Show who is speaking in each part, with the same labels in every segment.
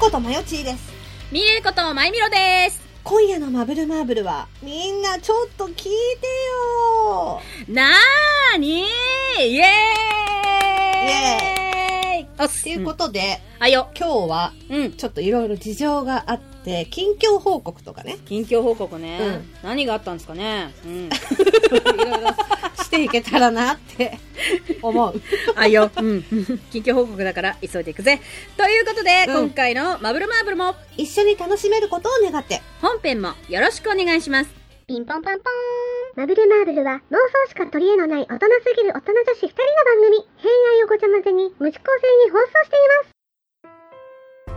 Speaker 1: ことまよちーです
Speaker 2: みれことまいみろです
Speaker 1: 今夜のマブルマーブルはみんなちょっと聞いてよ
Speaker 2: なーにーイエーイイエーイおっ
Speaker 1: というこ
Speaker 2: うん
Speaker 1: とで、
Speaker 2: あよ。
Speaker 1: 今日は
Speaker 2: うん。
Speaker 1: ちょっといろいろ事情があって近況報告とかね
Speaker 2: 近況報告ね。
Speaker 1: うん
Speaker 2: 何があったんですかね。うん。
Speaker 1: していけたらなって 思う
Speaker 2: あよ。うん。 近況報告だから急いでいくぜ。ということで、
Speaker 1: うん
Speaker 2: 今回のマブルマーブルも
Speaker 1: 一緒に楽しめることを願って
Speaker 2: 本編もよろしくお願いします。
Speaker 3: ピンポンパンポーン。マブルマーブルは妄想しか取り柄のない大人すぎる大人女子2人の番組。偏愛をごちゃ混ぜに無視構成に放送していま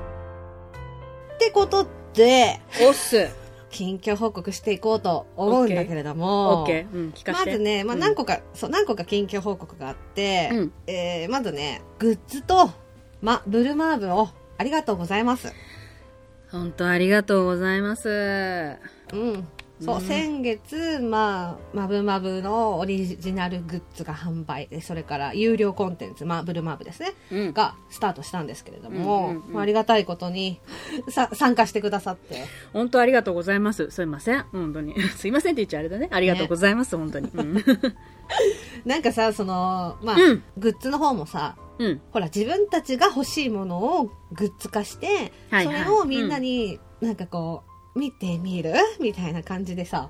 Speaker 3: す。
Speaker 1: ってことで
Speaker 2: おっす。
Speaker 1: 近況報告していこうと思うんだけれど
Speaker 2: オ
Speaker 1: も
Speaker 2: ッケー。うん。聞かせ
Speaker 1: ま
Speaker 2: て。
Speaker 1: ずね、まあ、
Speaker 2: うん
Speaker 1: 何個か、そう何個か近況報告があって、
Speaker 2: うん
Speaker 1: えーまずねグッズと、ま、ブルマーブをありがとうございます
Speaker 2: 本当ありがとうございます。
Speaker 1: うんそう、
Speaker 2: うん
Speaker 1: 先月、まあ、マブマブのオリジナルグッズが販売で、それから有料コンテンツ、まあ、ブルマーブですね、
Speaker 2: うん。
Speaker 1: がスタートしたんですけれども、
Speaker 2: うんうんうん
Speaker 1: まあ、ありがたいことに、 さ、参加してくださって。
Speaker 2: 本当ありがとうございます。すいません。本当に。 すいませんって言っちゃあれだね。ありがとうございます、本当に。うん。
Speaker 1: なんかさ、その、まあ、
Speaker 2: うん
Speaker 1: グッズの方もさ、
Speaker 2: うん。
Speaker 1: ほら、自分たちが欲しいものをグッズ化して、
Speaker 2: はいはい
Speaker 1: それをみんなに、なんかこう、見てみるみたいな感じで さ、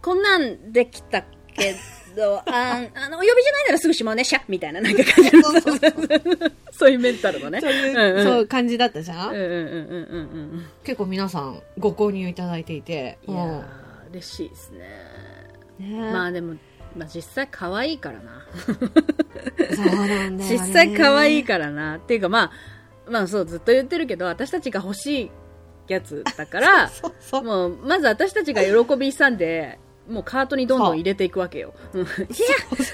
Speaker 2: こんなんできたけ ど、あんあの、お呼びじゃないならすぐしまうね、シャッみたいな、なんか感じの。
Speaker 1: そうそう
Speaker 2: そういうメンタルのね。
Speaker 1: そういう、
Speaker 2: んん
Speaker 1: そういう感じだったじゃん、
Speaker 2: うんうんうんうんうん
Speaker 1: 結構皆さんご購入いただいていて。
Speaker 2: うん。いや
Speaker 1: うん
Speaker 2: ー、嬉しいですね。
Speaker 1: ね
Speaker 2: まあでも、まあ実際可愛いからな。
Speaker 1: そうなんだよね
Speaker 2: 実際可愛いからな。っていうかまあ、まあそう、ずっと言ってるけど、私たちが欲しいやつだ から、
Speaker 1: そうそう
Speaker 2: もう、まず私たちが喜びさんで、もうカートにどんどん入れていくわけよ。うんひ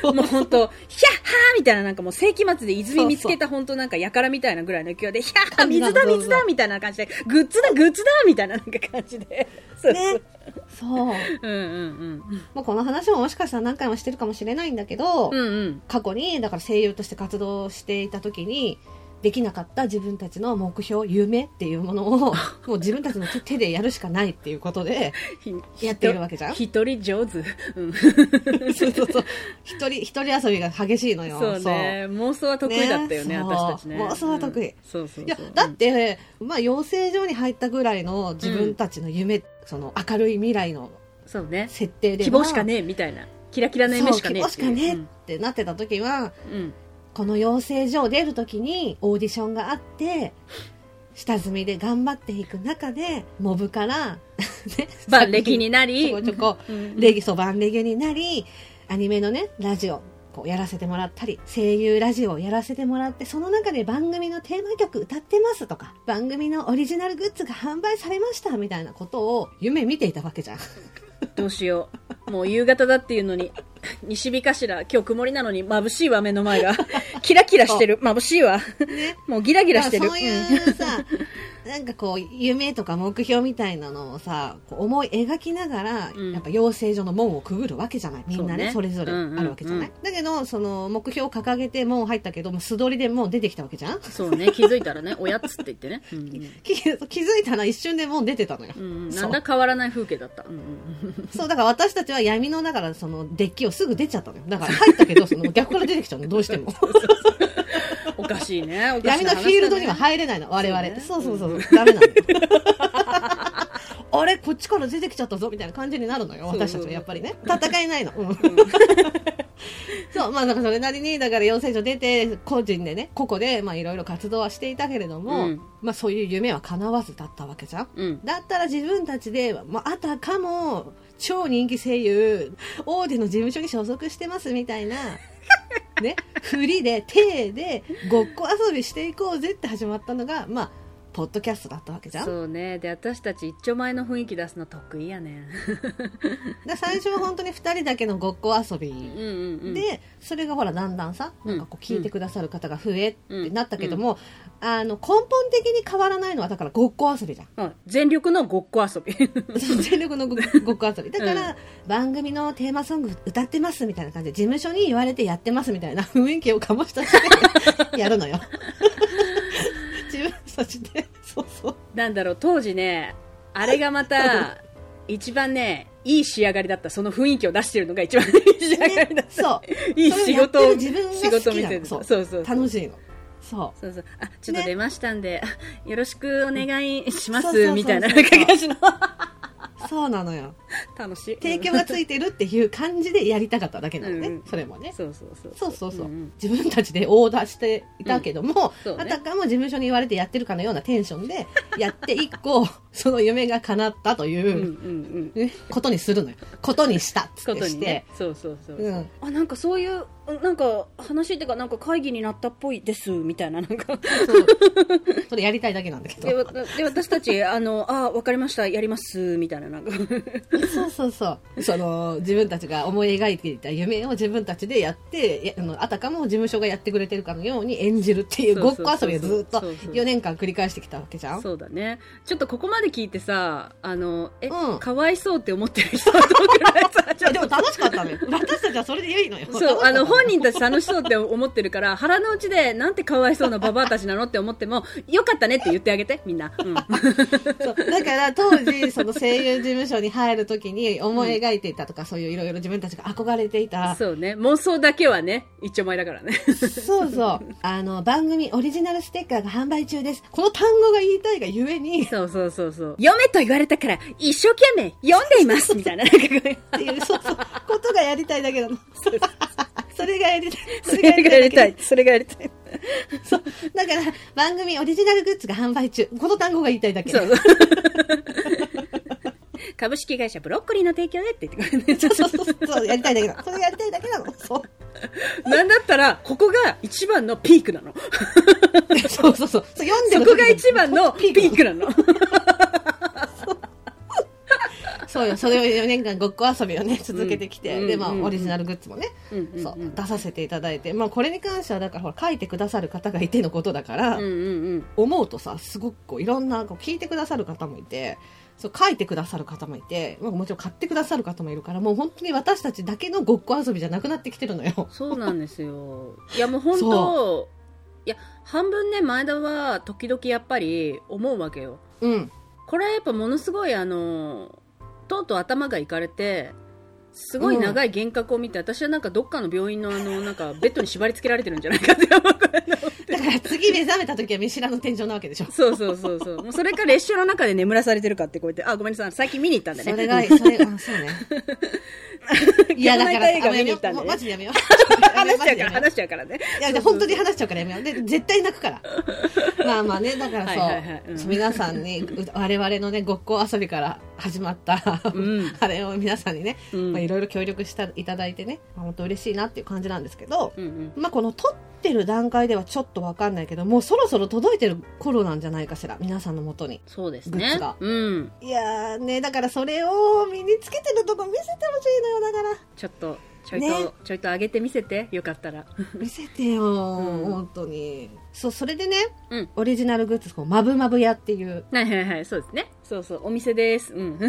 Speaker 2: ゃもう本当、ひゃっはーみたいななんかもう世紀末で泉見つけた本当なんかやからみたいなぐらいの勢いで、ひゃっは水だ
Speaker 1: そうそうそう
Speaker 2: 水だみたいな感じで、グッズだグッズだみたいななんか感じで。そうそう
Speaker 1: ね。そう。
Speaker 2: うんうん
Speaker 1: まあ、この話ももしかしたら何回もしてるかもしれないんだけど、
Speaker 2: うん。うんうん。
Speaker 1: 過去に、だから声優として活動していた時に、できなかった自分たちの目標、夢っていうもの を、もう自分たちの手手でやるしかないっていうことで、
Speaker 2: ひ
Speaker 1: やってるわけじゃん
Speaker 2: 一人上手。 うん。
Speaker 1: そうそうそう。一人、一人遊びが激しいのよ。
Speaker 2: そうね。妄想は得意だったよね、
Speaker 1: ねそう
Speaker 2: 私たちね。
Speaker 1: 妄想は得意
Speaker 2: うんそうそうそう。
Speaker 1: いや、だって、まあ、養成所に入ったぐらいの自分たちの夢、その明るい未来の
Speaker 2: そうね。
Speaker 1: 設定では
Speaker 2: 希望しかねえみたいな。キラキラな夢しかねえ
Speaker 1: そう希望しかねえ
Speaker 2: う
Speaker 1: っ
Speaker 2: ん
Speaker 1: てなってた時は、
Speaker 2: うん。
Speaker 1: この養成所を出るときにオーディションがあって、下積みで頑張っていく中で、モブから、ね、
Speaker 2: 万歴になり
Speaker 1: ちょこちょこ、
Speaker 2: うん
Speaker 1: レギソバンレギになり、アニメのね、ラジオ、こうやらせてもらったり、声優ラジオをやらせてもらって、その中で番組のテーマ曲歌ってますとか、番組のオリジナルグッズが販売されましたみたいなことを夢見ていたわけじゃん。
Speaker 2: どうしよう。もう夕方だっていうのに、 西日かしら、今日曇りなのに眩しいわ、目の前が。 キラキラしてる、眩しいわ。もうギラギラしてる。
Speaker 1: そういうさ、なんかこう、夢とか目標みたいなのをさ、こう思い描きながら、
Speaker 2: うん
Speaker 1: やっぱ養成所の門をくぐるわけじゃない。みんなね、
Speaker 2: そ
Speaker 1: そう
Speaker 2: ね
Speaker 1: れぞれあるわけじゃない。
Speaker 2: うん
Speaker 1: だけど、その、目標を掲げて門入ったけど、もう素通りでもう出てきたわけじゃん
Speaker 2: うんそうね、気づいたらね、おやつって言ってね。うん
Speaker 1: 気気づいたら一瞬でもう出てたのよ。
Speaker 2: うんうん
Speaker 1: そ
Speaker 2: な
Speaker 1: うん
Speaker 2: だ変わらない風景だった。うんうん
Speaker 1: そう、だから私たちは闇の、だからその、デッキをすぐ出ちゃったのよ。だから入ったけど、その逆から出てきちゃうの、どうしても。
Speaker 2: おかしいね、おかし
Speaker 1: 闇
Speaker 2: い
Speaker 1: のフィールドには入れないの、我々。そうそうそうそう、ダメなのよ。 あれこっちから出てきちゃったぞみたいな感じになるのよ、
Speaker 2: そうそう
Speaker 1: 私たちはやっぱりね。戦えないの。うん そう、まあなんかそれなりに、だから養成所出て、個人でね、個々で、まあいろいろ活動はしていたけれども、
Speaker 2: うん
Speaker 1: まあそういう夢は叶わずだったわけじゃん。
Speaker 2: うん。
Speaker 1: だったら自分たちで、まあ、あたかも超人気声優大手の事務所に所属してますみた いなね振りで手でごっこ遊びしていこうぜって始まったのがまあポッドキャストだったわけじゃん
Speaker 2: そうね。で、私たち一丁前の雰囲気出すの得意やね。
Speaker 1: で最初は本当に2人だけのごっこ遊び
Speaker 2: うんうんうん。
Speaker 1: でそれがほらだんだんさ
Speaker 2: う
Speaker 1: なんんかこう聞いてくださる方が増えってなったけども、あの根本的に変わらないのはだからごっこ遊びじゃん
Speaker 2: うん全力のごっこ遊び。
Speaker 1: 全力のごごっこ遊びだから、番組のテーマソング歌ってますみたいな感じで事務所に言われて やってますみたいな雰囲気を醸し出してやるのよ自分そしてそうそう
Speaker 2: なんだろう、当時ね、あれが また、一番ね、いい仕上がりだった。その雰囲気を出してるのが一 番いい仕上がりだ
Speaker 1: ね
Speaker 2: っ
Speaker 1: そ
Speaker 2: た。いい仕事を、
Speaker 1: それをやってる自分
Speaker 2: 仕
Speaker 1: が好きなの
Speaker 2: 事を見せる。
Speaker 1: そ
Speaker 2: そううそうそう
Speaker 1: う。楽しいのそう
Speaker 2: そうそう。あ、ちょっと出ましたんで、あよろしくお願いしま
Speaker 1: そうそうそう
Speaker 2: す、
Speaker 1: そう
Speaker 2: みたいな感 じの。
Speaker 1: そうなのよ
Speaker 2: 楽しい。
Speaker 1: 提供がついてるっていう感じでやりたかっただけなのね、
Speaker 2: うんうん
Speaker 1: それもね
Speaker 2: そうそうそう。
Speaker 1: そうそうそう、
Speaker 2: んん
Speaker 1: 自分たちでオーダーしていたけども、
Speaker 2: そうね
Speaker 1: あたかも事務所に言われてやってるかのようなテンション でやって一個その夢が叶ったとい
Speaker 2: うんうん
Speaker 1: う、
Speaker 2: うん。
Speaker 1: ねことにするのよことにしたっつ
Speaker 2: こ
Speaker 1: って
Speaker 2: と
Speaker 1: し
Speaker 2: に
Speaker 1: て、
Speaker 2: ね。そうそうそう。
Speaker 1: うん、
Speaker 2: あ、なんかそういう、なんか話っていうか、なんか会議になったっぽいです、みたいな、なんか。
Speaker 1: そうそれやりたいだけなんだけ
Speaker 2: で、
Speaker 1: ど
Speaker 2: わで 私たち、あの、あ、わかりました、やります、みたいな、なんか。
Speaker 1: そうそうそうその自分たちが思い描いていた夢を自分たちでやってやあのあたかも事務所がやってくれてるかのように演じるっていう
Speaker 2: そ
Speaker 1: ご
Speaker 2: う
Speaker 1: っ
Speaker 2: そう
Speaker 1: こ
Speaker 2: そうそ
Speaker 1: 遊
Speaker 2: う
Speaker 1: びをずっと
Speaker 2: そうそう
Speaker 1: 4年間繰り返してきたわけじゃん
Speaker 2: そうだね。ちょっとここまで聞いてさ、あの、え、
Speaker 1: うん
Speaker 2: かわいそうって思ってる人はどうくらいさ、 ちょ
Speaker 1: え
Speaker 2: っ
Speaker 1: でも楽しかったのよ私たちはそれでいいのよ
Speaker 2: と。そう、
Speaker 1: 楽しか
Speaker 2: あの、
Speaker 1: った
Speaker 2: 本人たち楽しそうって思ってるから、腹の内で、なんてかわいそうなババアたちなのって思っても、よかったねって言ってあげて、みんな。うん。
Speaker 1: そうだから当時その声優事務所に入るときに思い描いていたとか、そういういろいろ自分たちが憧れていた
Speaker 2: そうね。妄想だけはね、一丁前だからね。
Speaker 1: そうそうあの番組オリジナルステッカーが販売中ですこの単語が言いたいがゆえにっ
Speaker 2: そうそうそうそう。読めと言われたから、一生懸命読んでいますみたいな。なんかこう
Speaker 1: ていうそうそうことがやりたいだけなのそれがやりたい
Speaker 2: それがやりたい。それがやりたい。
Speaker 1: そうだから番組オリジナルグッズが販売中この単語が言いたいだけ
Speaker 2: そうそう。株式会社ブロッコリーの提供でって言ってく れる
Speaker 1: そうそうそうそうやりたいだけなのそれがやりたいだけなのそう
Speaker 2: なんだったら、ここが一番のピークな の。
Speaker 1: そうそうそうそう読んで
Speaker 2: そ
Speaker 1: る
Speaker 2: こ
Speaker 1: 時
Speaker 2: が
Speaker 1: に
Speaker 2: 一番のピークなの。
Speaker 1: そうよ、それを4年間ごっこ遊びをね、続けてきて、
Speaker 2: うん
Speaker 1: で、まあ、
Speaker 2: うん
Speaker 1: オリジナルグッズもね、
Speaker 2: うんうんうん
Speaker 1: そう、出させていただいて、まあ、これに関しては、だから、ほら、書いてくださる方がいてのことだから、
Speaker 2: うんうんうん。
Speaker 1: 思うとさ、すごくこう、いろんな、こう、聞いてくださる方もいて、そう、書いてくださる方もいて、まあ、もちろん買ってくださる方もいるから、もう本当に私たちだけのごっこ遊びじゃなくなってきてるの よ。
Speaker 2: そうなんですよ。いやもう本当
Speaker 1: そ、
Speaker 2: いや、半分ね、前田は時々やっぱり思うわけよ。
Speaker 1: うん。
Speaker 2: これはやっぱものすごいあのとうとう頭がいかれてすごい長い幻覚を見て、私はなんかどっかの病院のあのなんかベッドに縛り付けられてるんじゃないかって 思う
Speaker 1: だから、次目覚めた時は見知らぬ天井なわけでしょ。
Speaker 2: そうそうそうそうもうそれか列車の中で眠らされてるかってこうやってあごめんなさい最近見に行ったんだね
Speaker 1: それが、それ、あ、そう ね。いや、だから、
Speaker 2: 映画見に行ったん
Speaker 1: も
Speaker 2: だ
Speaker 1: う
Speaker 2: ね
Speaker 1: マジでやめよう。
Speaker 2: 話しちゃ
Speaker 1: マジでや
Speaker 2: うから
Speaker 1: めよ
Speaker 2: 話しちゃうからね
Speaker 1: いや、で本当に話しちゃうからやめよう。で、絶対泣く から。まあまあね、だからそう、
Speaker 2: はいはいはいうん
Speaker 1: そう皆さんに、う我々のね、ごっこ遊びから始まった、
Speaker 2: ん
Speaker 1: あれを皆さんにね、
Speaker 2: うん
Speaker 1: まあいろいろ協力したいただいてね、まあ本当嬉しいなっていう感じなんですけど、
Speaker 2: うんうん
Speaker 1: まあこの撮ってる段階ではちょっとわかんないけど、もうそろそろ届いてる頃なんじゃないかしら、皆さんのもとに。
Speaker 2: そうです
Speaker 1: グッ
Speaker 2: ね
Speaker 1: ズが
Speaker 2: うん
Speaker 1: いやーね、だからそれを身につけてるとこ見せてほしいのよ、だから。
Speaker 2: ちょっとちょいと、
Speaker 1: ね
Speaker 2: ちょいと上げてみせてよかったら
Speaker 1: 見せてよ、
Speaker 2: ん
Speaker 1: 本当にそうそれでね、
Speaker 2: うん
Speaker 1: オリジナルグッズこうまぶまぶ屋って いう
Speaker 2: はいはいはいそうですねそうそうお店です うん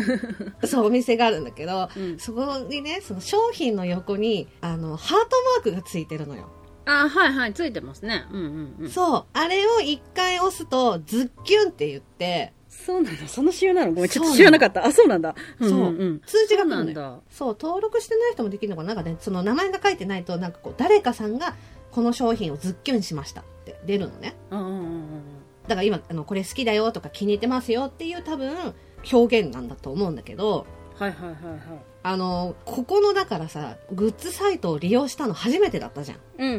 Speaker 1: そうお店があるんだけど、
Speaker 2: うん
Speaker 1: そこにねその商品の横にあのハートマークがついてるのよ、
Speaker 2: あはいはいついてますねうんうんうん
Speaker 1: そうあれを一回押すとズッキュンって言って
Speaker 2: そうなんだ。その仕様なのごめん、ち
Speaker 1: そ
Speaker 2: ょ
Speaker 1: うな
Speaker 2: っと
Speaker 1: の
Speaker 2: 知らなかった。あ、そうなんだ。
Speaker 1: そう
Speaker 2: うんうん、
Speaker 1: 通知が来
Speaker 2: そう
Speaker 1: る
Speaker 2: な
Speaker 1: の
Speaker 2: ん
Speaker 1: よ
Speaker 2: だ。
Speaker 1: そう登録してない人もできるのかななんかねその名前が書いてないとなんかこう誰かさんがこの商品をズッキュンしましたって出るのね
Speaker 2: うんうんうん
Speaker 1: だから今あのこれ好きだよとか気に入ってますよっていう多分表現なんだと思うんだけど
Speaker 2: はいはいはいはい。
Speaker 1: あの、ここのだからさ、グッズサイトを利用したの初めてだったじゃん。
Speaker 2: うんう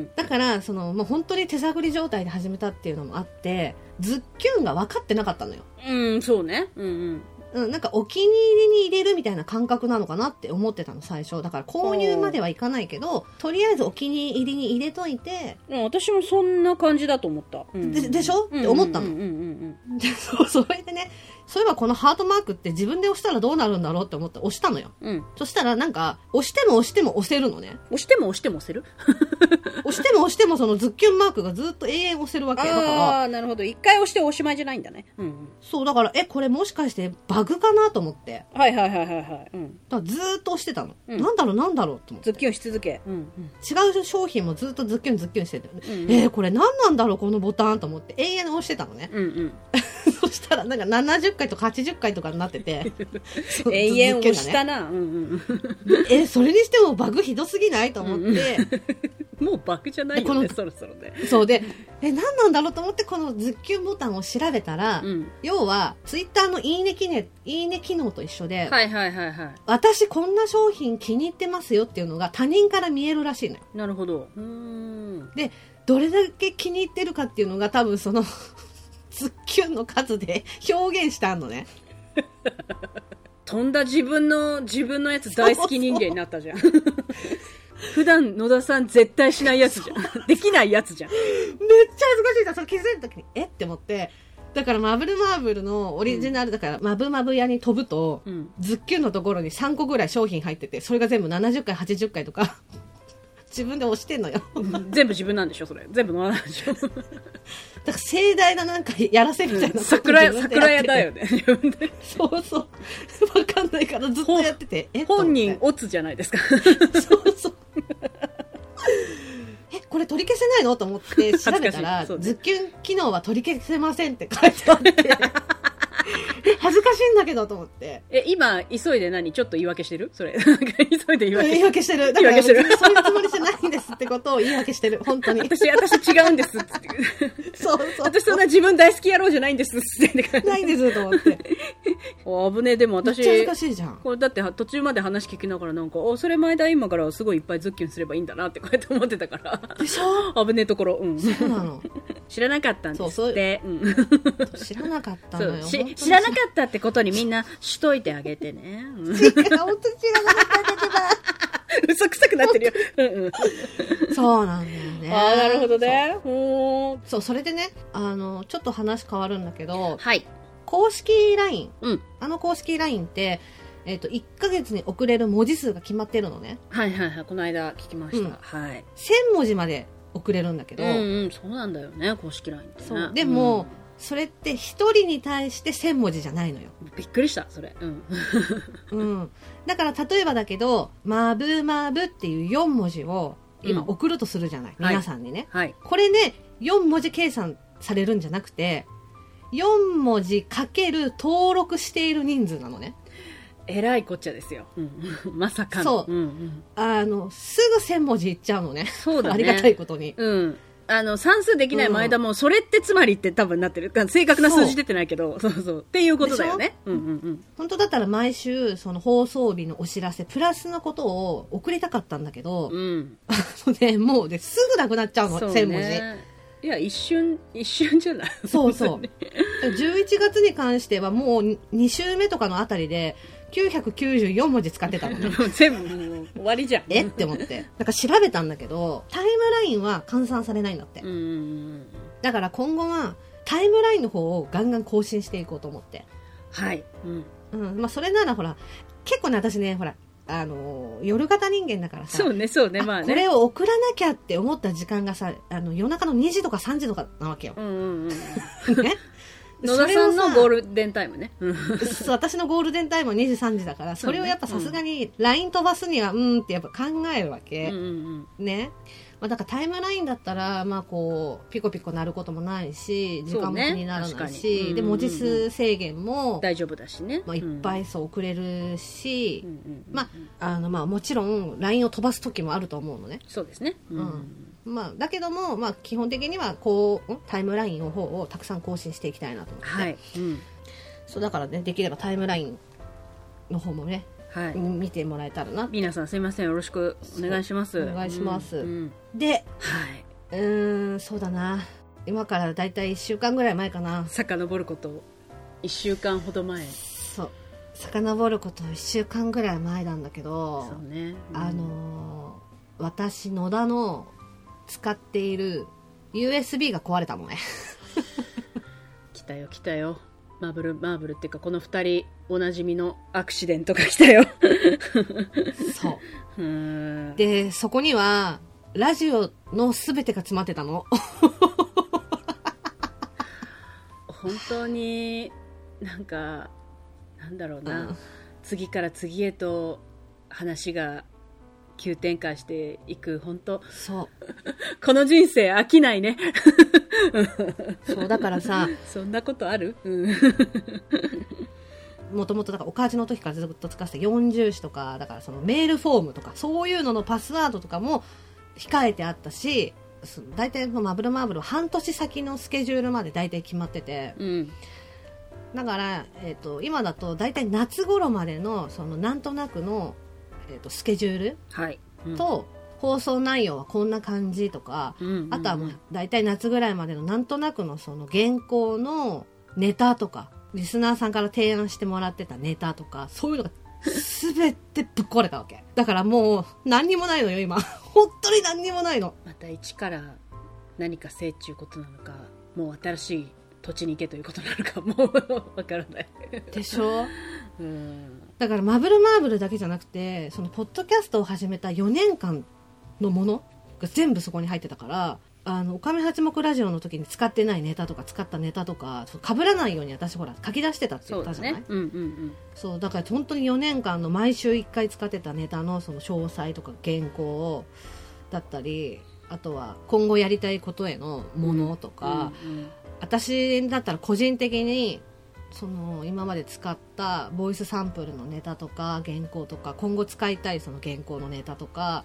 Speaker 2: ん
Speaker 1: だから、その、もう本当に手探り状態で始めたっていうのもあって、ズッキュンが分かってなかったのよ。
Speaker 2: うん。うん、そうね。うんうん。
Speaker 1: うん、なんかお気に入りに入れるみたいな感覚なのかなって思ってたの、最初。だから購入まではいかないけど、とりあえずお気に入りに入れといて、
Speaker 2: でも私もそんな感じだと思った。うんうん
Speaker 1: ででしょって思ったの
Speaker 2: うんうんうんうんうん。
Speaker 1: でそう、それでね、そういえばこのハートマークって自分で押したらどうなるんだろうって思って押したのよ。
Speaker 2: うん。
Speaker 1: そしたらなんか、押しても押しても押せるのね。
Speaker 2: 押しても押しても押せる
Speaker 1: 押しても押してもそのズッキュンマークがずっと永遠押せるわけ。だから、
Speaker 2: あー、なるほど。一回押しておしまいじゃないんだね。うんうん。
Speaker 1: そうだから、え、これもしかしてバグかなと思って。
Speaker 2: はいはいはいはいはい。うん。
Speaker 1: だからずーっと押してたの。
Speaker 2: うん
Speaker 1: なんだろうなんだろうって思って。
Speaker 2: ズッキュンし続け。うんうん。
Speaker 1: 違う商品もずっとズッキュンズッキュンしてて、
Speaker 2: うん
Speaker 1: えー、これ何なんだろうこのボタンと思って永遠に押してたの ね。
Speaker 2: うん
Speaker 1: そしたらなんか70回とか80回とかになってて
Speaker 2: うん。 永遠押し
Speaker 1: ずっとズッキュン
Speaker 2: た
Speaker 1: がね
Speaker 2: な。うんうん
Speaker 1: えそれにしてもバグひどすぎないと思って、
Speaker 2: うん。 もうバグじゃないよ
Speaker 1: こ
Speaker 2: ね、
Speaker 1: の
Speaker 2: そろそろね。
Speaker 1: そうでえ何なんだろうと思ってこのズッキュンボタンを調べたら、
Speaker 2: うん。
Speaker 1: 要はツイッターのいいね機能いいね機能と一緒で、
Speaker 2: はいはいはいは
Speaker 1: 私こんな商品気に入ってますよっていうのが他人から見えるらしいのよ
Speaker 2: い。なるほど。うーん。
Speaker 1: でどれだけ気に入ってるかっていうのが多分その ズッキュンの数で 表現したのね
Speaker 2: 飛んだ自分の、自分のやつ大好き人間になった じゃん。普段野田さん絶対しないやつじゃん。できないやつじゃん。
Speaker 1: めっちゃ恥ずかしいじゃんそれ気づいた時にえって思ってだからマブルマーブルのオリジナルだから、マブマブ屋に飛ぶと、
Speaker 2: うん。
Speaker 1: ズッキュンのところに3個ぐらい商品入っててそれが全部70回80回とか 自分で押してんのよだか
Speaker 2: 全部自分なんでしょそれ。全部野田なんでし ょ
Speaker 1: ら盛大ななんかやらせみたいなこと
Speaker 2: 桜屋、
Speaker 1: 自分でやっ
Speaker 2: 桜
Speaker 1: て
Speaker 2: 屋だよね。自分で。
Speaker 1: そうそう分かんないからずっとやっててえ
Speaker 2: 本人、
Speaker 1: と
Speaker 2: オツじゃない ですか。
Speaker 1: 思ってそうそうえこれ取り消せないのと思って調べた
Speaker 2: 恥ずかしい
Speaker 1: ら、
Speaker 2: そうね
Speaker 1: ズッキュン機能は取り消せませんって書いてあ ってえ恥ずかしいんだけどと思って
Speaker 2: え、今、急いで何ちょっと言い訳してるそれ。 なんか急いで言い訳
Speaker 1: 言い
Speaker 2: してる。
Speaker 1: 訳してるだから
Speaker 2: 言い訳してる
Speaker 1: 別にそういうつもりじゃないんですってことを言い訳してる本当に
Speaker 2: 私、私違うんですっつって。
Speaker 1: そうそう
Speaker 2: 私そんな自分大好き野郎じゃないんですっつって。
Speaker 1: ないんですと思って
Speaker 2: あ危ねえ、でも
Speaker 1: めっ
Speaker 2: 私
Speaker 1: ちゃ、恥ずかしいじゃん
Speaker 2: これだって途中まで話聞きながらなんか、お、それ前だ今からすごいいっぱいズッキュンすればいいんだなってこうやって思ってた から。
Speaker 1: でしょ
Speaker 2: 危ねえところ。うん。
Speaker 1: そうなの
Speaker 2: 知らなかったんですって。うん
Speaker 1: 知らなかった
Speaker 2: そ
Speaker 1: のよ
Speaker 2: う
Speaker 1: 本当
Speaker 2: し
Speaker 1: に
Speaker 2: 知らなかったってことにみんなしといてあげてね。うん
Speaker 1: 違う本当に知らなかったんだけど
Speaker 2: 嘘くさくなってるよ。うんうん。
Speaker 1: そうなんだよね。
Speaker 2: ああ、なるほどね。ほー
Speaker 1: そう。そう、それでね、あの、ちょっと話変わるんだけど、
Speaker 2: はい。
Speaker 1: 公式 LINE、
Speaker 2: うん。
Speaker 1: あの公式 LINE って、えっ、と、1ヶ月に送れる文字数が決まってるのね。
Speaker 2: はいはいはい。この間聞きました。
Speaker 1: うん
Speaker 2: はい。
Speaker 1: 1000文字まで送れるんだけど、
Speaker 2: うんうん、そうなんだよね。公式 LINE ってね。
Speaker 1: そう。でも、それって1人に対して1000文字じゃないのよ。
Speaker 2: うん、びっくりした、それ。うん。
Speaker 1: うん。だから、例えばだけど、まぶまぶっていう4文字を今
Speaker 2: うん
Speaker 1: 送るとするじゃない、
Speaker 2: はい
Speaker 1: 皆さんにね。
Speaker 2: はい。
Speaker 1: これね、4文字計算されるんじゃなくて、4文字かける登録している人数なのね。
Speaker 2: えらいこっちゃですよ。うん、 まさかの。
Speaker 1: そうん
Speaker 2: うん、
Speaker 1: あの、すぐ1000文字いっちゃうのね。
Speaker 2: そうだね。
Speaker 1: ありがたい。ことに。
Speaker 2: うん。あの、算数できない前田も、それってつまりって多分なってる。正確な数字出てないけど、そうそう。っていうことだよね。うんうんうん。
Speaker 1: 本当だったら毎週、その放送日のお知らせ、プラスのことを送りたかったんだけど、
Speaker 2: うん。
Speaker 1: もうね、もうね、すぐなくなっちゃうの、
Speaker 2: そう
Speaker 1: 1000文字。
Speaker 2: ね。いや、一瞬、一瞬じゃない。
Speaker 1: そうそう。11月に関してはもう2週目とかのあたりで、994文字使ってたのね。
Speaker 2: もう 全部もう終わりじゃん。
Speaker 1: えって思って。なんか調べたんだけど、タイムラインは換算されないんだって
Speaker 2: うん。うんうん。
Speaker 1: だから今後は、タイムラインの方をガンガン更新していこうと思って。
Speaker 2: はい。うん。
Speaker 1: うん。まあ、それならほら、結構ね、私ね、ほら、あのー夜型人間だからさ、
Speaker 2: そうね、そうね、まあ
Speaker 1: こ
Speaker 2: ね。
Speaker 1: れを送らなきゃって思った時間がさ、あの、夜中の2時とか3時とかなわけよ
Speaker 2: う。んうんうん。
Speaker 1: ね。
Speaker 2: 野田さんのゴー
Speaker 1: ル
Speaker 2: ルデンタイムね。うん
Speaker 1: そう私のゴールデンタイムは2時3時だから、それをやっぱさすがに LINE 飛ばすには、うーんってやっぱ考えるわけ。
Speaker 2: うんうん
Speaker 1: ね、まあ、だからタイムラインだったら、まあ、こうピコピコなることもないし時間も気になら
Speaker 2: そうね
Speaker 1: ない
Speaker 2: 確かに
Speaker 1: し、
Speaker 2: うん
Speaker 1: で文字数制限
Speaker 2: うん。
Speaker 1: も、
Speaker 2: 大丈夫だしね。
Speaker 1: まあ、いっぱ
Speaker 2: い。
Speaker 1: いそう送れるし、
Speaker 2: うんうんうん
Speaker 1: まああのまあ、もちろん LINE を飛ばす時もあると思うのね、
Speaker 2: そうですね。うん
Speaker 1: まあ、だけども、まあ、基本的にはこううんタイムラインの方をたくさん更新していきたいなと思って、
Speaker 2: はい。うん。
Speaker 1: そうだからねできればタイムラインの方もね
Speaker 2: はい。
Speaker 1: 見てもらえたらな
Speaker 2: 皆さんすいません。よろしくお願いします。
Speaker 1: そうお願いします
Speaker 2: うんうん
Speaker 1: で
Speaker 2: はい。
Speaker 1: うーんそうだな今からだいたい1週間ぐらい前かな
Speaker 2: 遡ることを一週間ほど前。
Speaker 1: そう遡ること1週間ぐらい前なんだけど、
Speaker 2: そうね。うん
Speaker 1: あ、のー私野田の使っている USB が壊れたのね
Speaker 2: 来たよ来たよ。マーブル、マーブルっていうか、この二人、おなじみのアクシデントが来たよ。
Speaker 1: そう
Speaker 2: うーん。
Speaker 1: でそこにはラジオの全てが詰まってたの
Speaker 2: 本当に、なんか、なんだろうな、
Speaker 1: うん
Speaker 2: 次から次へと話が急展開していく、本当
Speaker 1: そ
Speaker 2: この人生飽きないね。
Speaker 1: うそうだからさ
Speaker 2: そんなことあるうん。
Speaker 1: もともとだからおかじの時からずっと使ってた40紙とかだからそのメールフォームとかそういうののパスワードとかも控えてあったしその大体もうマブルマーブルは半年先のスケジュールまで大体決まってて
Speaker 2: うん。
Speaker 1: だから、えっと今だと大体夏頃までのそのなんとなくの、えっとスケジュール
Speaker 2: はい。うん、
Speaker 1: と放送内容はこんな感じとか、
Speaker 2: うん、うん
Speaker 1: あとはもう大体夏ぐらいまでのなんとなくのその原稿のネタとか、リスナーさんから提案してもらってたネタとか、そういうのが全てぶっ壊れたわけ。だからもう何にもないのよ、今。 本当に何にもないの。
Speaker 2: また一から何かせいっちゅうことなのか、もう新しい土地に行けということなのか、 もうわからない。
Speaker 1: でしょ
Speaker 2: うん。
Speaker 1: だからマブルマーブルだけじゃなくて、そのポッドキャストを始めた4年間のものが全部そこに入ってたから、あの、おかめ八目ラジオの時に使ってないネタとか使ったネタとか、そう被らないように私ほら書き出してたって言
Speaker 2: そ
Speaker 1: っ
Speaker 2: う
Speaker 1: た
Speaker 2: だ
Speaker 1: じゃない
Speaker 2: ね。うんうんうん。
Speaker 1: そうだから本当に4年間の毎週1回使ってたネタのその詳細とか原稿をだったりあとは今後やりたいことへのものとか、
Speaker 2: うんうん
Speaker 1: 私だったら個人的にその今まで使ったボイスサンプルのネタとか原稿とか今後使いたいその原稿のネタとか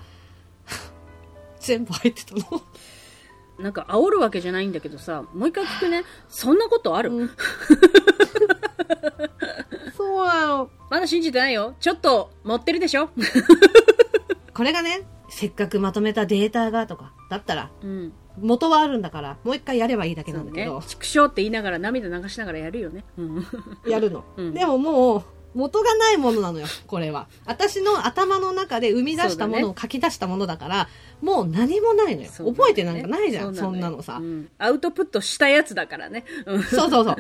Speaker 1: 全部入ってたの
Speaker 2: なんか煽るわけじゃないんだけどさ、もう一回聞くね。そんなことある、
Speaker 1: うん そうなの
Speaker 2: まだ信じてないよ。ちょっと持ってるでしょ
Speaker 1: これがねせっかくまとめたデータがとかだったら
Speaker 2: うん。
Speaker 1: 元はあるんだからもう一回やればいいだけ
Speaker 2: そ
Speaker 1: な
Speaker 2: うん
Speaker 1: だけ
Speaker 2: ね
Speaker 1: ど、。
Speaker 2: 畜生って言いながら涙流しながらやるよね。 うん。
Speaker 1: やるの、
Speaker 2: うん
Speaker 1: でももう元がないものなのよこれは私の頭の中で生み出したも
Speaker 2: そうだ
Speaker 1: のを書き出したものだからもう何もないのよ、
Speaker 2: そうだね
Speaker 1: 覚えてなんかないじゃんそ
Speaker 2: よ
Speaker 1: んなのさ、
Speaker 2: うんアウトプットしたやつだからね。う ん。
Speaker 1: そうそうそう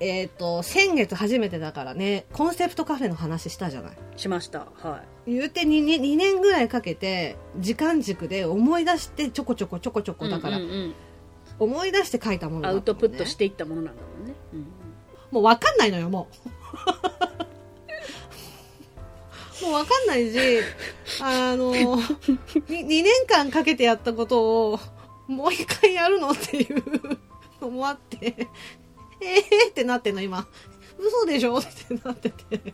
Speaker 1: えっ、と先月初めてだからねコンセプトカフェの話したじゃない
Speaker 2: しました。は
Speaker 1: 言うて 2, 年2年ぐらいかけて時間軸で思い出してちょこちょこちょこちょこ
Speaker 2: い。
Speaker 1: だから
Speaker 2: うんうんうん
Speaker 1: 思い出して書いたものだ
Speaker 2: ア
Speaker 1: ったもんね
Speaker 2: ウトプットしていったものなんだもんね。うん
Speaker 1: もうわかんないのよ、もう。もうわかんないし、あの、2, 年間かけてやったことを、もう一回やるのっていうのもあって、えーってなってんの、今。嘘でしょってなってて。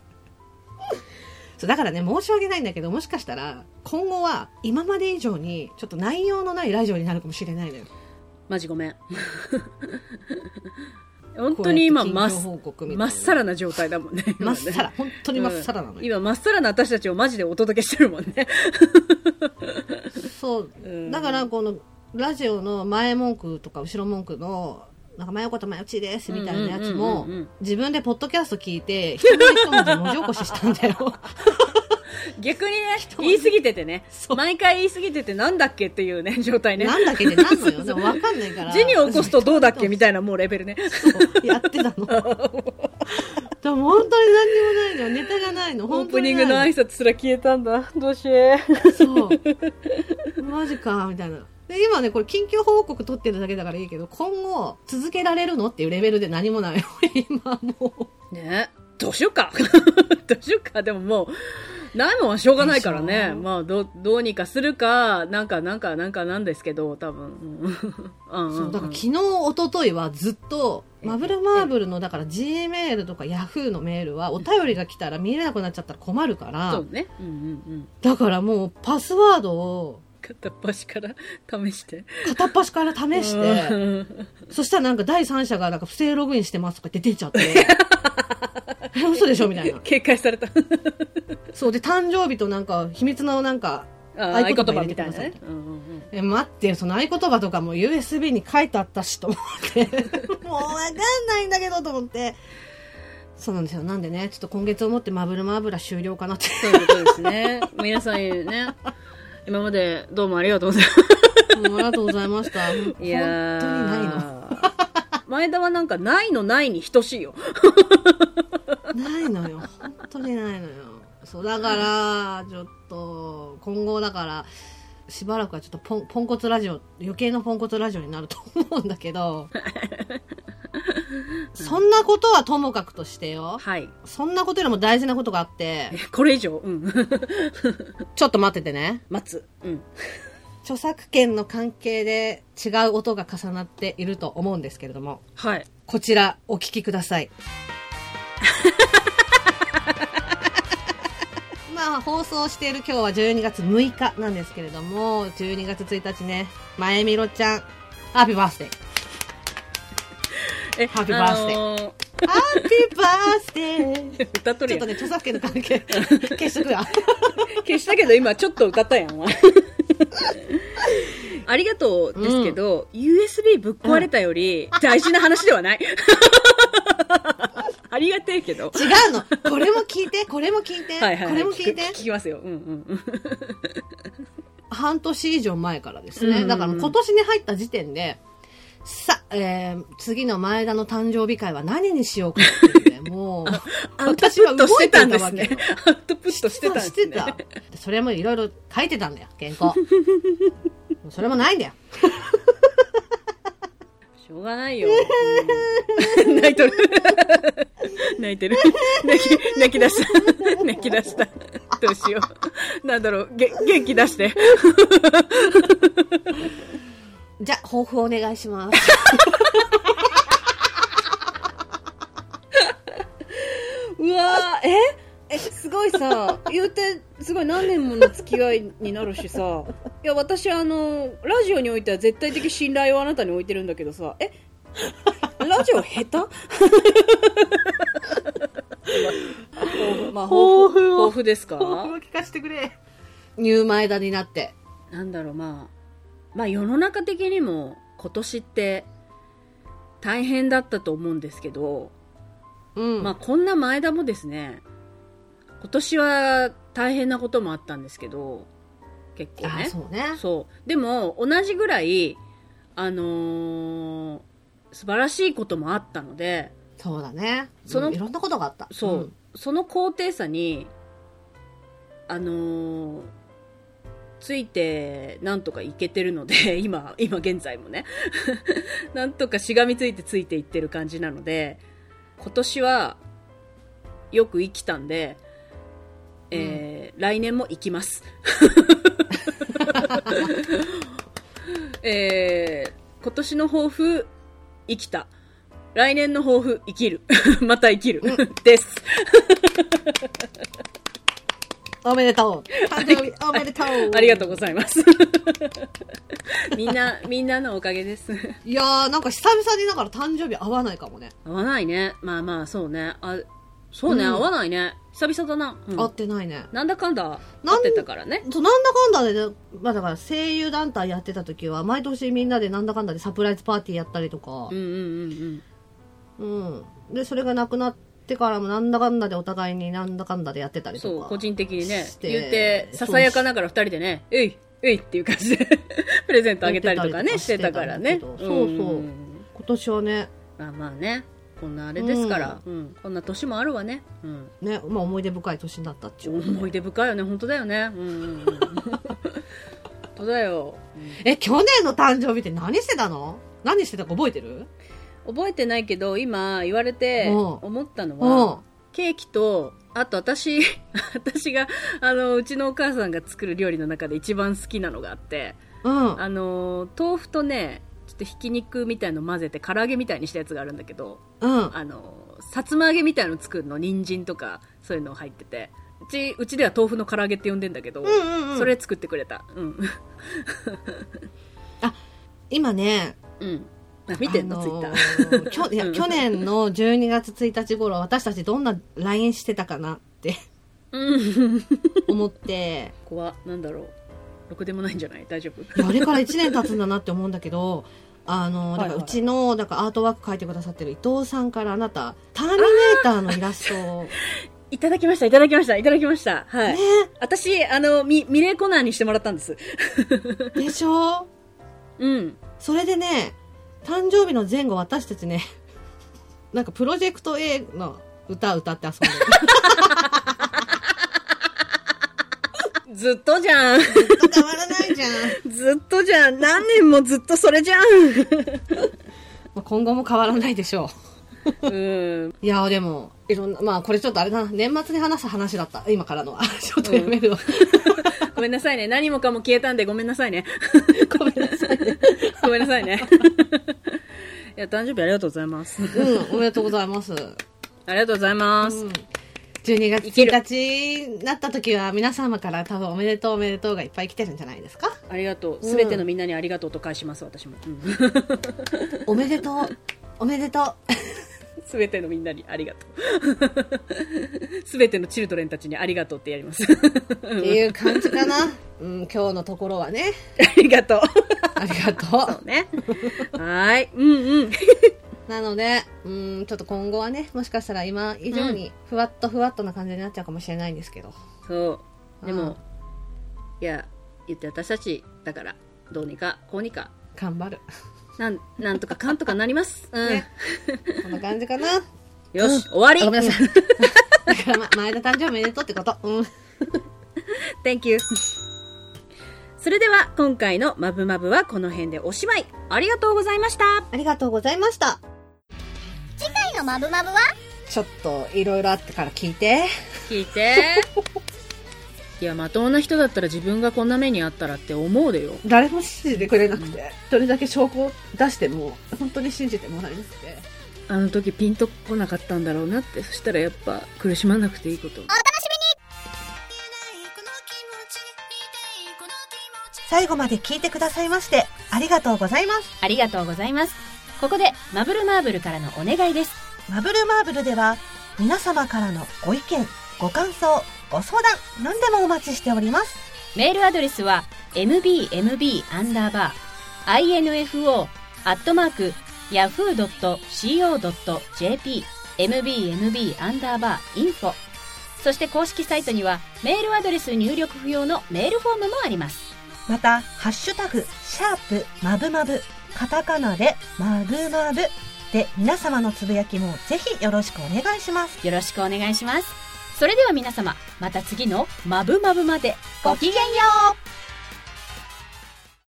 Speaker 1: そうだからね、申し訳ないんだけど、もしかしたら、今後は今まで以上に、ちょっと内容のないラジオになるかもしれないのよ。
Speaker 2: マジご めん。本当に今、
Speaker 1: こう
Speaker 2: ま
Speaker 1: や
Speaker 2: っ
Speaker 1: って近況報告みたいな
Speaker 2: まっさらな状態だもんね。
Speaker 1: まっさら、本当にまっさらなのよ。
Speaker 2: 今まっさらな私たちをマジでお届けしてるもん ね
Speaker 1: そう
Speaker 2: うん
Speaker 1: だからこのラジオの前文句とか後ろ文句のなんか前横と前打ちですみたいなやつも
Speaker 2: うんうんうんうん
Speaker 1: 自分でポッドキャスト聞いて一文字一文字文字起こししたんだ よ
Speaker 2: 逆にね
Speaker 1: も
Speaker 2: 言い過ぎててね
Speaker 1: そう
Speaker 2: 毎回言い過ぎててなんだっけっていうね状態ね
Speaker 1: なんだっけってなんの よでも分かんないから
Speaker 2: 字に起こすとどうだっけみ
Speaker 1: た
Speaker 2: たいなもうレベルね
Speaker 1: いやってたのでも本当に何にもないのネタがないの
Speaker 2: オー
Speaker 1: 本
Speaker 2: プ
Speaker 1: 当
Speaker 2: ニ
Speaker 1: に
Speaker 2: ン
Speaker 1: な
Speaker 2: グ
Speaker 1: い
Speaker 2: の挨拶すら消えたんだどうしよう
Speaker 1: そうマジかみたいなで今ねこれ緊急報告取ってるだけだからいいけど今後続けられるのっていうレベルで何もない 今もう
Speaker 2: ねどうしようか どうしようかでももうないもんはしょうがないから
Speaker 1: でし
Speaker 2: ね
Speaker 1: ょ
Speaker 2: まあどどうにかするかなんかなんかなんかなんですけど多分うんうん
Speaker 1: そうだから
Speaker 2: う
Speaker 1: 昨
Speaker 2: ん
Speaker 1: 日、一昨日はずっと、マブルマーブルの、だから G メールとか Yahoo のメールは、お便りが来たら見れなくなっちゃったら困るか
Speaker 2: そ
Speaker 1: ら
Speaker 2: う、ねうんうんうん
Speaker 1: だからもうパスワードを
Speaker 2: 片っ端から試して
Speaker 1: 片っ端から試し
Speaker 2: う
Speaker 1: て、
Speaker 2: ん
Speaker 1: そしたらなんか第三者がなんか不正ログインしてますとかって出ちゃっ て、え嘘でしょみたいな。
Speaker 2: 警戒さ れた。
Speaker 1: そうで、誕生日となんか秘密のなんか、
Speaker 2: あ
Speaker 1: 合
Speaker 2: 合
Speaker 1: 言
Speaker 2: 言
Speaker 1: 葉
Speaker 2: 葉
Speaker 1: み
Speaker 2: み
Speaker 1: た
Speaker 2: た
Speaker 1: いな
Speaker 2: いな
Speaker 1: ね
Speaker 2: ね。
Speaker 1: え待ってよその合言葉とかも USB に書いてあったしと思 ってもうわかんないんだけどと思ってそうなんですよなんでねちょっと今月をもってマブルマブラ終了かなって
Speaker 2: そういうことですね。皆さんね、今までどうもありがとうござい ま
Speaker 1: うんありがとうございました本
Speaker 2: す。
Speaker 1: 当にないの
Speaker 2: ー。前田はなんかないのないに等しいよ。
Speaker 1: ないのよ本当にないのよそうだからちょっと今後だからしばらくはちょっとポンポンコツラジオ余計なポンコツラジオになると思うんだけ どそんなことはともかくとしてよ
Speaker 2: はい。
Speaker 1: そんなことよりも大事なことがあって
Speaker 2: えこれ以上、うん。
Speaker 1: ちょっと 待っててね
Speaker 2: 待つ。うん。
Speaker 1: 著作権の関係で違う音が重なっていると思うんですけれども
Speaker 2: はい。
Speaker 1: こちらお聞きください まあ放送している今日は12月6日なんですけれども12月1日ねまえみろちゃんハッピーバースデー
Speaker 2: え、
Speaker 1: ハッピーバースデー
Speaker 2: あの
Speaker 1: ハッピーバース デー
Speaker 2: ー歌っと
Speaker 1: ち
Speaker 2: る
Speaker 1: ょっと
Speaker 2: やん。
Speaker 1: ね著作権の関係消しとくわ
Speaker 2: 消したけど今ちょっと歌ったやん、お 前ありがとうですけど、USB ぶっ壊れたより大事な話ではない。 ありがてえけど。
Speaker 1: 違うのこれも聞いてこれも聞いて、
Speaker 2: はいはい、
Speaker 1: これも聞いて
Speaker 2: 聞く聞きますよ。うんうんうん。
Speaker 1: 半年以上前からですね。
Speaker 2: うん
Speaker 1: だから今年に入った時点で、さ、えー、次の前田の誕生日会は何にしようかってい うね、もう、
Speaker 2: アウトプットしてたんですね
Speaker 1: 私は動いて。
Speaker 2: アウトプットしてたんで
Speaker 1: し
Speaker 2: す
Speaker 1: て
Speaker 2: ね。
Speaker 1: た。それもいろいろ書いてたんだよ、原 稿。それもないんだよ。
Speaker 2: しょうがないよ。うん泣 いとる。泣いてる。泣き、泣き出した。 泣き出した。どうしよう。なんだろう。げ、元気出して。
Speaker 1: じゃあ、抱負をお願いします。
Speaker 2: うわーええすごいさ言うてすごい何年もの付き合いになるしさいや私あのラジオにおいては絶対的信頼をあなたに置いてるんだけどさえラジオ下手 まあ、まあ、
Speaker 1: 抱
Speaker 2: 抱負
Speaker 1: 負を
Speaker 2: 抱負ですか
Speaker 1: 聞かせてくれ。ニュー前田になって。
Speaker 2: なんだろうまあまあ世の中的にも今年って大変だったと思うんですけど
Speaker 1: うん。
Speaker 2: まあこんな前田もですね今年は大変なこともあったんですけど結構
Speaker 1: あ
Speaker 2: ね
Speaker 1: そうね。
Speaker 2: そうでも同じぐらいあのー素晴らしいこともあったので
Speaker 1: そうだね。
Speaker 2: その
Speaker 1: うんいろんなことがあった。
Speaker 2: そう、その高低差にあのーついてなんとかいけてるので 今今現在もねなんとかしがみついてついていってる感じなので今年はよく生きたんで、えー来年も生きます。えー今年の抱負生きた来年の抱負生きる また生きる、です
Speaker 1: うん。おめでとう。 誕生日おめでとう。
Speaker 2: ありがとうございます みんなみんなのおかげです
Speaker 1: いやー、なんか久々にだから誕生日会わないかもね。
Speaker 2: 合わないねまあまあそうねあそうね、
Speaker 1: うん
Speaker 2: 合わないね久々だな、うん
Speaker 1: 会ってないね。
Speaker 2: なんだかんだ
Speaker 1: なん
Speaker 2: 合ってたからね
Speaker 1: そうなんだかんだで、ね、まあだから声優団体やってた時は、毎年みんなでなんだかんだでサプライズパーティーやったりとか
Speaker 2: うん、うんうん
Speaker 1: うん。で、それがなくなってからもなんだかんだでお互いになんだかんだでやってた
Speaker 2: うん
Speaker 1: り
Speaker 2: そ
Speaker 1: と
Speaker 2: う
Speaker 1: か。
Speaker 2: 個人的にね
Speaker 1: して
Speaker 2: 言うてささやかながら二人でねえいえいっていう感じで プレゼントあげたりとか
Speaker 1: や
Speaker 2: ね
Speaker 1: っ
Speaker 2: してて
Speaker 1: た
Speaker 2: た
Speaker 1: りと
Speaker 2: か
Speaker 1: から
Speaker 2: ね
Speaker 1: してたんだけどそうそうん
Speaker 2: んん
Speaker 1: 今年はね、
Speaker 2: まあまあねこんなあれですから、うんこんな年もあるわね、うん、
Speaker 1: ね、まあ思い出深い年になったっちゅうことで
Speaker 2: 思い出深いよね本当だよねうんうんうん本当だよ、
Speaker 1: え、去年の誕生日って何してたの何してたか覚えてる
Speaker 2: 覚えてないけど今言われて
Speaker 1: うん
Speaker 2: 思ったの
Speaker 1: う
Speaker 2: は、
Speaker 1: ん。
Speaker 2: ケーキとあと私 私があのうちのお母さんが作る料理の中で一番好きなのがあって
Speaker 1: うん。
Speaker 2: あの豆腐とねちょっとひき肉みたいの混ぜて唐揚げみたいにしたやつがあるんだけど
Speaker 1: うん。
Speaker 2: あのさつま揚げみたいの作るの人参とかそういうの入っててうちうちでは豆腐の唐揚げって呼んでんだけど、
Speaker 1: うんうんうん。
Speaker 2: それ、作ってくれたうん、
Speaker 1: 今ね、
Speaker 2: うん、あ見てんの、
Speaker 1: あー
Speaker 2: ツイッ
Speaker 1: きょいや
Speaker 2: うん
Speaker 1: 去年の12月1日頃、私たちどんな LINE してたかな って
Speaker 2: ターうん こ
Speaker 1: 思って、
Speaker 2: こはなんだろうろくでもないんじゃない大丈夫
Speaker 1: いやあれから1年経つんだなって思うんだけど、あの、
Speaker 2: はい
Speaker 1: だ
Speaker 2: はい
Speaker 1: からうちの、だからアートワーク書いてくださってる伊藤さんからあなた、ターミネーターのイラストを、ね、
Speaker 2: いただきましたいただきましたいただきましたはい私あのミミレーコーナーにしてもらったんです
Speaker 1: でしょ
Speaker 2: うん
Speaker 1: それでね、誕生日の前後私たちねなんかプロジェクト A の歌歌って遊ん でる
Speaker 2: ずっとじ ゃん。
Speaker 1: 変わらないじゃん、
Speaker 2: ずっとじゃん。何年もずっとそれじゃん。
Speaker 1: まあ、今後も変わらないでしょ
Speaker 2: うん。
Speaker 1: ういやーでもいろんなまあこれちょっとあれだな年末に話す話だった今からのはちょっとやめる わ、
Speaker 2: ごめんなさいね。何もかも消えたんでごめんなさい ね。
Speaker 1: ごめんなさいね
Speaker 2: ごめんなさい ね。いや、誕生日ありがとうございます。
Speaker 1: うんおめでとうございます、うん、
Speaker 2: ありがとうございます。
Speaker 1: 12月
Speaker 2: いける
Speaker 1: 1日になった時は皆様から多分おめでとうおめでとうがいっぱい来てるんじゃないですか
Speaker 2: ありがとう。すべてのみんなにありがとうと返します、私も。
Speaker 1: おめでとうおめでとう
Speaker 2: すべてのみんなにありがとう。 すべてのチルドレンたちにありがとうってやります。
Speaker 1: っていう感じかな、うん、今日のところはね
Speaker 2: ありがとう。
Speaker 1: ありがとう
Speaker 2: ね。はーい。うんうん。
Speaker 1: なのでうんちょっと今後はねもしかしたら今以上にふわっとふわっとな感じになっちゃうかもしれないんですけど、
Speaker 2: そう。で
Speaker 1: う
Speaker 2: も
Speaker 1: ん、
Speaker 2: いや、言って私たちだから、どうにか、こうにか、
Speaker 1: 頑張る
Speaker 2: なん、なんとかかんとかなります。うん。
Speaker 1: ねこんな感じかな
Speaker 2: よし、終わり
Speaker 1: あご めんなさいだから、ま、前田誕生日おめでとうってことうん
Speaker 2: うん Thank you. それでは、今回のマブマブはこの辺でおしまい。ありがとうございました。
Speaker 1: ありがとうございました
Speaker 3: 次回のマブマブは
Speaker 1: ちょっといろいろあってから聞いて
Speaker 2: 聞い て。いや、まともな人だったら自分がこんな目にあったらって思うでよ。
Speaker 1: 誰も信じてくれなくて、どれだけ証拠を出しても本当に信じてもらえなくて
Speaker 2: あの時ピンとこなかったんだろうなって。そしたらやっぱ苦しまなくていいこと。
Speaker 1: 最後まで聞いてくださいましてありがとうございます
Speaker 4: ありがとうございます。ここで、マブルマーブルからのお願いです。
Speaker 1: マブルマーブルでは皆様からのご意見、ご感想、ご相談、何でもお待ちしております。
Speaker 4: メールアドレスは mbmb-info-yahoo.co.jp mbmb-info そして公式サイトにはメールアドレス入力不要のメールフォームもあります。
Speaker 5: また、ハッシュタグ、シャープ、マブマブ、カタカナで、マブマブで、皆様のつぶやきもぜひよろしくお願いします。
Speaker 4: よろしくお願いします。それでは皆様、また次のマブマブまでごきげんよう